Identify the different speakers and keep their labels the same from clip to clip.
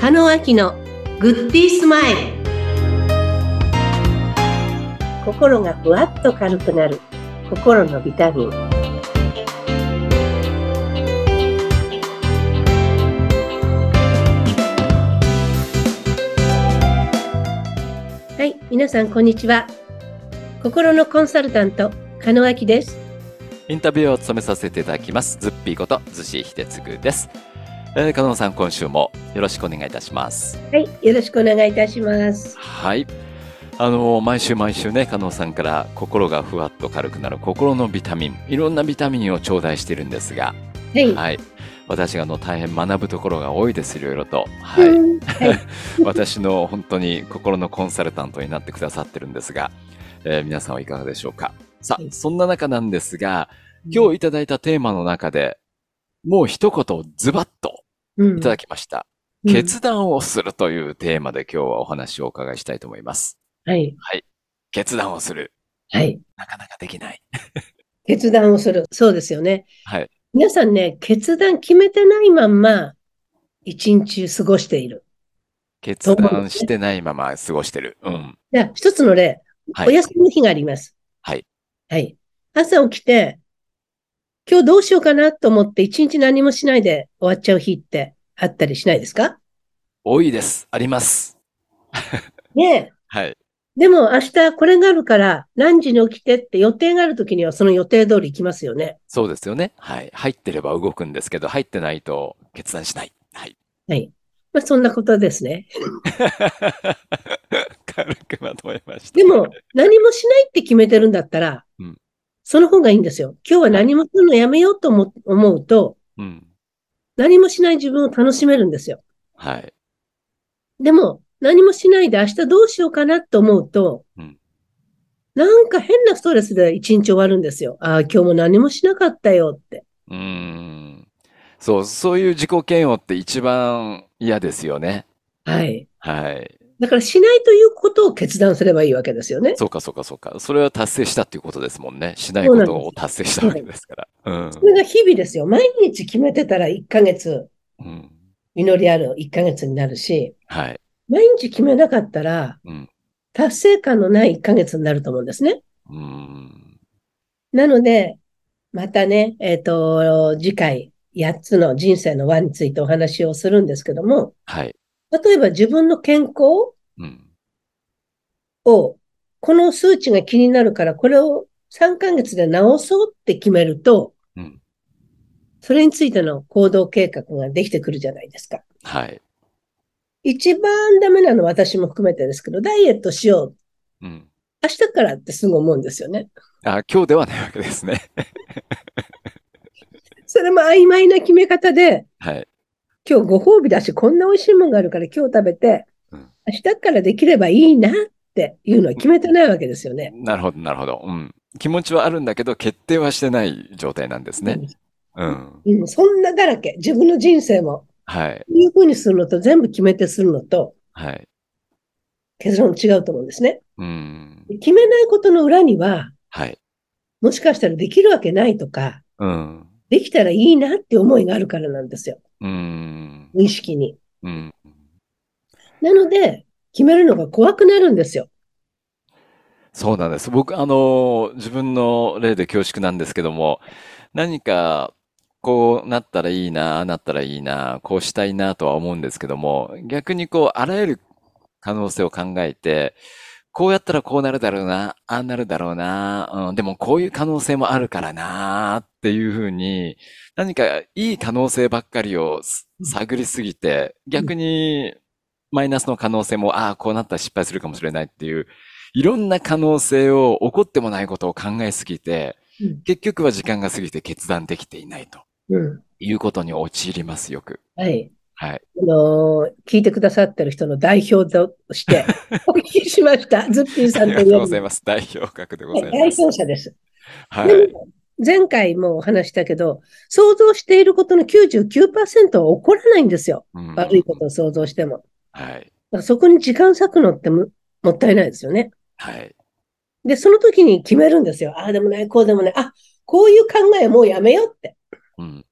Speaker 1: 中野明のグッディースマイル心がふわっと軽くなる心のビタミンはい皆さんこんにちは心のコンサルタント加野明です
Speaker 2: インタビューを務めさせていただきます、ズッピーこと、逗子秀次です。えー、加納さん、今週もよろしくお願いいたします。
Speaker 1: はいよろしくお願いいたします
Speaker 2: はい。あのー毎週毎週ね、加納さんから心がふわっと軽くなる心のビタミン、いろんなビタミンを頂戴しているんですが、
Speaker 1: はい、
Speaker 2: はい。私があの大変学ぶところが多いです、いろいろと。はい。 私の本当に心のコンサルタントになってくださってるんですが、えー皆さんはいかがでしょうか。さあ
Speaker 1: は、い
Speaker 2: そんな中なんですが、今日いただいたテーマの中で、もう一言ズバッと
Speaker 1: 日
Speaker 2: いただきました。決断をするというテーマで今日はお話をお伺いしたいと思います。
Speaker 1: はい
Speaker 2: 決断をする。
Speaker 1: はい
Speaker 2: なかなかできない。
Speaker 1: 決断をするそうですよね
Speaker 2: はい。
Speaker 1: 皆さんね、決断決めてないまんま、一日過ごしている。
Speaker 2: 決断してないまま過ごしてる。うん。
Speaker 1: じゃあ、一つの例、
Speaker 2: は
Speaker 1: お
Speaker 2: い。
Speaker 1: 休みの日があります。
Speaker 2: はい。
Speaker 1: はい。朝起きて、今日どうしようかなと思って、一日何もしないで終わっちゃう日ってあったりしないですか
Speaker 2: 多いです。あります。
Speaker 1: ねえ。
Speaker 2: はい。
Speaker 1: でも明日これがあるから何時に起きてって予定がある時にはその予定通り行きますよね。
Speaker 2: そうですよね。はい。入ってれば動くんですけど、入ってないと決断しない。はい。
Speaker 1: はい。まあそんなことですね。
Speaker 2: 軽くまとめました。
Speaker 1: でも、何もしないって決めてるんだったら、
Speaker 2: うん
Speaker 1: その方がいいんですよ。今日は何もするのやめようと思思うと、
Speaker 2: うん。
Speaker 1: 何もしない自分を楽しめるんですよ。
Speaker 2: はい。
Speaker 1: でも、何もしないで明日どうしようかなと思うと、
Speaker 2: うん
Speaker 1: なんか変なストレスで一日終わるんですよ。ああ、今日も何もしなかったよって。
Speaker 2: うーん。そう、そういう自己嫌悪って一番嫌ですよね。
Speaker 1: はい。
Speaker 2: はい。
Speaker 1: だからしないということを決断すればいいわけですよね。
Speaker 2: そうか、そうか、そうか。それは達成したっていうことですもんね。しないことを達成したわけですから。うん。
Speaker 1: それが日々ですよ。毎日決めてたら1ヶ月、
Speaker 2: うん。
Speaker 1: 実りある1ヶ月になるし、
Speaker 2: はい。
Speaker 1: 毎日決めなかったら、
Speaker 2: うん。
Speaker 1: 達成感のない1ヶ月になると思うんですね。
Speaker 2: うーん。
Speaker 1: なので、またね、えっ、と、次回、8つの人生の輪についてお話をするんですけども、
Speaker 2: はい。
Speaker 1: 例えば自分の健康
Speaker 2: うん。
Speaker 1: を、この数値が気になるから、これを3ヶ月で直そうって決めると、
Speaker 2: うん
Speaker 1: それについての行動計画ができてくるじゃないですか。
Speaker 2: はい。
Speaker 1: 一番ダメなのは私も含めてですけど、ダイエットしよう。
Speaker 2: うん。
Speaker 1: 明日からってすぐ思うんですよね。
Speaker 2: あ、今日ではないわけですね。
Speaker 1: それも曖昧な決め方で、
Speaker 2: はい。
Speaker 1: 今日ご褒美だし、こんな美味しいものがあるから今日食べて、
Speaker 2: うん
Speaker 1: 明日からできればいいなっていうのは決めてないわけですよね。
Speaker 2: なるほど、なるほど。うん。気持ちはあるんだけど、決定はしてない状態なんですね。うん。
Speaker 1: うん、そんなだらけ。自分の人生も、
Speaker 2: はい。
Speaker 1: こういうふうにするのと全部決めてするのと、
Speaker 2: はい。
Speaker 1: 結論違うと思うんですね。
Speaker 2: うん。
Speaker 1: 決めないことの裏には、
Speaker 2: はい。
Speaker 1: もしかしたらできるわけないとか、
Speaker 2: うん。
Speaker 1: できたらいいなって思いがあるからなんですよ。
Speaker 2: うん。
Speaker 1: 無意識に。
Speaker 2: うん。
Speaker 1: なので、決めるのが怖くなるんですよ。
Speaker 2: そうなんです。僕、あの、自分の例で恐縮なんですけども、何か、こうなったらいいな、ああなったらいいな、こうしたいなとは思うんですけども、逆にこう、あらゆる可能性を考えて、こうやったらこうなるだろうな、ああなるだろうな、うん、でもこういう可能性もあるからな、っていうふうに、何かいい可能性ばっかりをす探りすぎて、逆にマイナスの可能性も、ああ、こうなったら失敗するかもしれないっていう、いろんな可能性を起こってもないことを考えすぎて
Speaker 1: うん、
Speaker 2: 結局は時間が過ぎて決断できていないと
Speaker 1: うん。
Speaker 2: いうことに陥ります、よく。
Speaker 1: はい。
Speaker 2: はい。
Speaker 1: あのー聞いてくださってる人の代表と して、お聞きしました。ズッピー
Speaker 2: あ
Speaker 1: さん
Speaker 2: り
Speaker 1: と
Speaker 2: が
Speaker 1: い
Speaker 2: とう
Speaker 1: う
Speaker 2: ございます。代表格でござい
Speaker 1: 代
Speaker 2: ます。
Speaker 1: 表者です。
Speaker 2: はい。
Speaker 1: でも、前回もお話したけど、想像していることの99%は起こらないんですよ。
Speaker 2: うん
Speaker 1: 悪いことを想像しても。
Speaker 2: はい。
Speaker 1: だからそこに時間割くのってももったいないですよね。
Speaker 2: はい。
Speaker 1: で、その時に決めるんですよ。ああでもない、こうでもない。あ、こういう考えもうやめようって
Speaker 2: うん。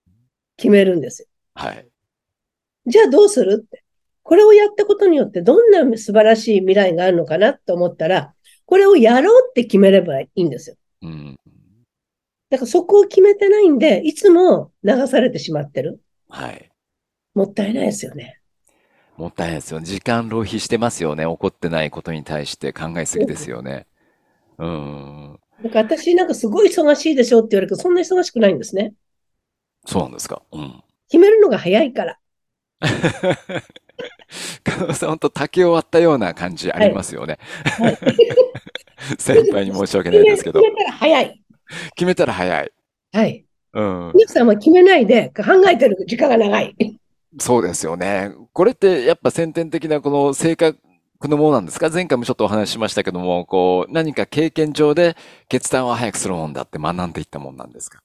Speaker 1: 決めるんですよ。
Speaker 2: はい。
Speaker 1: じゃあどうするって。これをやったことによってどんな素晴らしい未来があるのかなと思ったら、これをやろうって決めればいいんですよ。
Speaker 2: うん。
Speaker 1: だからそこを決めてないんで、いつも流されてしまってる。
Speaker 2: はい。
Speaker 1: もったいないですよね。
Speaker 2: もったいないですよ。時間浪費してますよね。起こってないことに対して考えすぎですよね。うん。
Speaker 1: だから私なんかすごい忙しいでしょって言われるけど、そんな忙しくないんですね。
Speaker 2: そうなんですか。うん。
Speaker 1: 決めるのが早いから。
Speaker 2: 加納さん、本当竹を割ったような感じありますよね。
Speaker 1: はい、
Speaker 2: 先輩に申し訳な
Speaker 1: 決
Speaker 2: い
Speaker 1: め
Speaker 2: ですけど
Speaker 1: 決。めたら早い。
Speaker 2: 決めたら早い。
Speaker 1: はい。
Speaker 2: うん。
Speaker 1: ミクさんは決めないで考えてる時間が長い。
Speaker 2: そうですよね。これってやっぱ先天的なこの性格のものなんですか前回もちょっとお話ししましたけども、こう、何か経験上で決断は早くするもんだって学んでいったもんなんですか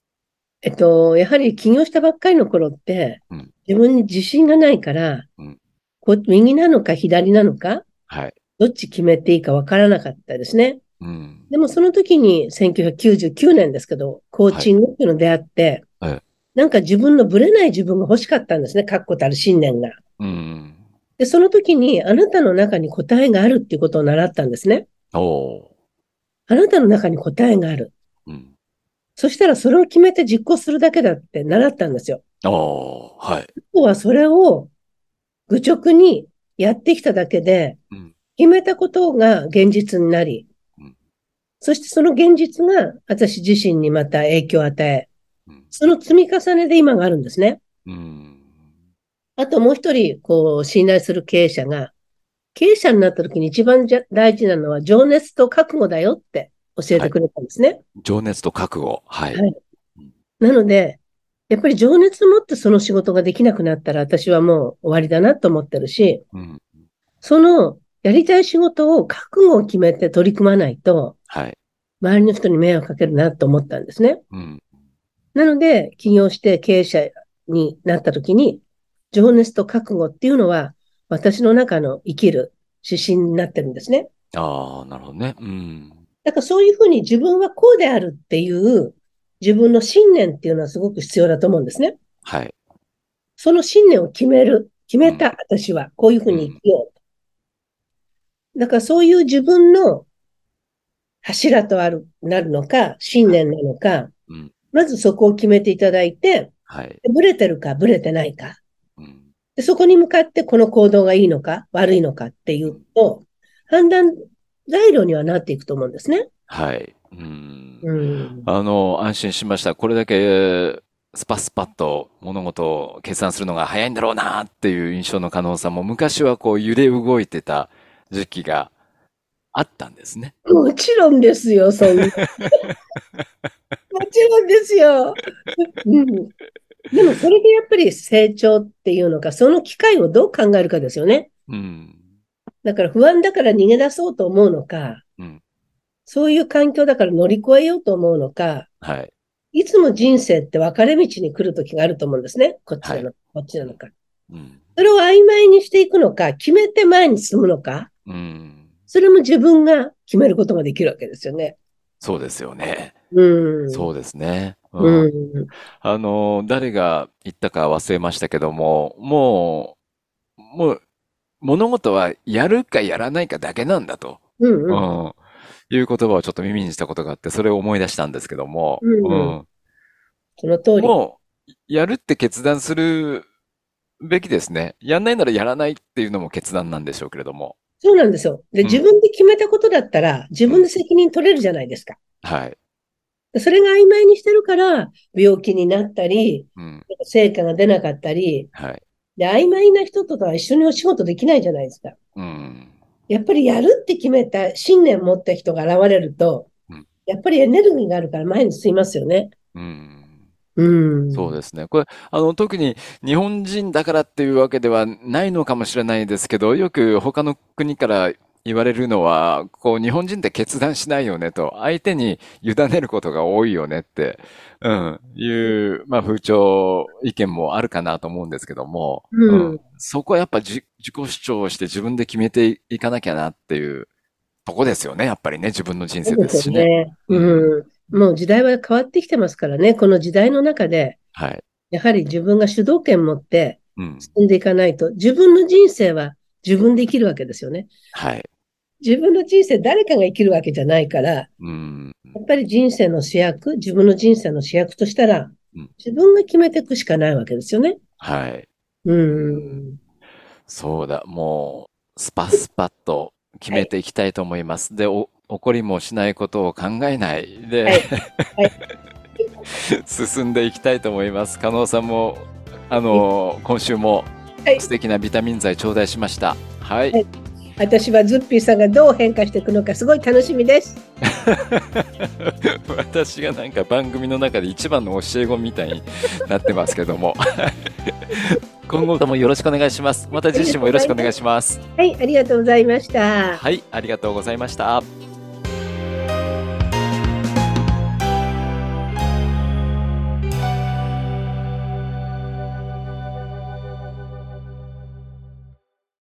Speaker 1: えっと、やはり起業したばっかりの頃って
Speaker 2: うん、
Speaker 1: 自分に自信がないから、
Speaker 2: うん
Speaker 1: こう右なのか左なのか、
Speaker 2: はい。
Speaker 1: どっち決めていいかわからなかったですね。
Speaker 2: うん。
Speaker 1: でもその時に1999年ですけど、コーチングっていうの出会って、
Speaker 2: はいえ
Speaker 1: なんか自分のブレない自分が欲しかったんですね、確固たる信念が。
Speaker 2: うん。
Speaker 1: で、その時にあなたの中に答えがあるっていうことを習ったんですね。
Speaker 2: おー。
Speaker 1: あなたの中に答えがある。
Speaker 2: うん。
Speaker 1: そしたらそれを決めて実行するだけだって習ったんですよ。
Speaker 2: おー。はい。
Speaker 1: 今はそれを愚直にやってきただけで
Speaker 2: うん、
Speaker 1: 決めたことが現実になり
Speaker 2: うん、
Speaker 1: そしてその現実が私自身にまた影響を与え、
Speaker 2: うん。
Speaker 1: その積み重ねで今があるんですね。
Speaker 2: うん。
Speaker 1: あともう一人、こう、信頼する経営者が、経営者になった時に一番じゃ大事なのは情熱と覚悟だよって教えてくれたんですね。
Speaker 2: 情熱と覚悟。はい。
Speaker 1: はいなので、やっぱり情熱を持ってその仕事ができなくなったら私はもう終わりだなと思ってるし、
Speaker 2: うん。
Speaker 1: そのやりたい仕事を覚悟を決めて取り組まないと、
Speaker 2: はい。
Speaker 1: 周りの人に迷惑かけるなと思ったんですね。
Speaker 2: うん。
Speaker 1: なので、起業して経営者になった時に、情熱と覚悟っていうのは、私の中の生きる指針になってるんですね。
Speaker 2: あー、なるほどね。うん。
Speaker 1: だからそういうふうに自分はこうであるっていう、自分の信念っていうのはすごく必要だと思うんですね。
Speaker 2: はい。
Speaker 1: その信念を決める。決め
Speaker 2: う
Speaker 1: た、私は。こういうふうに生きよう。だからそういう自分の柱とある、なるのか、信念なのか
Speaker 2: うん、
Speaker 1: まずそこを決めていただいて、
Speaker 2: はい。
Speaker 1: ブレてるか、ブレてないか。
Speaker 2: うん。
Speaker 1: でそこに向かってこの行動がいいのか、悪いのかっていうと、判断材料にはなっていくと思うんですね。
Speaker 2: はい。うん。
Speaker 1: うん。
Speaker 2: あの、安心しました。これだけ、えースパスパッと物事を決断するのが早いんだろうなっていう印象の加納さんも、昔はこう揺れ動いてた時期があったんですね。
Speaker 1: もちろんですよ、そんな。もちろんですよ。うん。でもそれでやっぱり成長っていうのか、その機会をどう考えるかですよね。
Speaker 2: うん。
Speaker 1: だから不安だから逃げ出そうと思うのか、
Speaker 2: うん
Speaker 1: そういう環境だから乗り越えようと思うのか、
Speaker 2: はい。
Speaker 1: いつも人生って分かれ道に来る時があると思うんですね。こっちなのか、こっちなのか。
Speaker 2: うん。
Speaker 1: それを曖昧にしていくのか、決めて前に進むのか、
Speaker 2: うん。
Speaker 1: それも自分が決めることができるわけですよね。
Speaker 2: そうですよね。
Speaker 1: うん。
Speaker 2: そうですね。うん
Speaker 1: うん。
Speaker 2: あの、誰が言ったか忘れましたけども、もう、もう、物事はやるかやらないかだけなんだと。
Speaker 1: うん
Speaker 2: う
Speaker 1: うん。
Speaker 2: ん。いう言葉をちょっと耳にしたことがあって、それを思い出したんですけども、
Speaker 1: うんその通り。
Speaker 2: もう、やるって決断するべきですね。やんないならやらないっていうのも決断なんでしょうけれども。
Speaker 1: そうなんですよ。で、
Speaker 2: うん
Speaker 1: 自分で決めたことだったら、自分で責任取れるじゃないですか。
Speaker 2: はい。
Speaker 1: でそれが曖昧にしてるから、病気になったり、
Speaker 2: うん。
Speaker 1: 成果が出なかったり、
Speaker 2: はい。
Speaker 1: で、曖昧な人とは一緒にお仕事できないじゃないですか。
Speaker 2: うん。
Speaker 1: やっぱりやるって決めた、信念を持った人が現れると
Speaker 2: うん、
Speaker 1: やっぱりエネルギーがあるから前に進みますよね。
Speaker 2: うん。
Speaker 1: うん。
Speaker 2: そうですね。これ、あの、特に日本人だからっていうわけではないのかもしれないですけど、よく他の国から言われるのは、こう、日本人って決断しないよねと、相手に委ねることが多いよねって、うん、いう、まあ、風潮、意見もあるかなと思うんですけども、
Speaker 1: うん
Speaker 2: そこはやっぱじ自己主張して自分で決めていかなきゃなっていうとこですよね、やっぱりね、自分の人
Speaker 1: そ
Speaker 2: 生
Speaker 1: うで
Speaker 2: ですす
Speaker 1: よ
Speaker 2: しね。
Speaker 1: ね。うん。もう時代は変わってきてますからね。この時代の中で、
Speaker 2: はい。
Speaker 1: やはり自分が主導権持って
Speaker 2: うん。
Speaker 1: 進んでいかないと、自分の人生は自分で生きるわけですよね。
Speaker 2: はい。
Speaker 1: 自分の人生誰かが生きるわけじゃないから、や
Speaker 2: うん。
Speaker 1: っぱり人生の主役、自分の人生の主役としたら
Speaker 2: うん、
Speaker 1: 自分が決めていくしかないわけですよね。
Speaker 2: はい。
Speaker 1: うん。
Speaker 2: そうだ。もう、スパスパッと決めていきたいと思います。で、お、怒りもしないことを考えないで、
Speaker 1: はい
Speaker 2: 進んでいきたいと思います。加納さんも、あの、今週も
Speaker 1: はい
Speaker 2: 素敵なビタミン剤頂戴しました。はい。
Speaker 1: はい私はズッピーさんがどう変化していくのかすごい楽しみです。
Speaker 2: 私がなんか番組の中で一番の教え子みたいになってますけども 今後ともよろしくお願いしますまた次週もよろしくお願いします
Speaker 1: はい、ありがとうございました。
Speaker 2: はいありがとうございました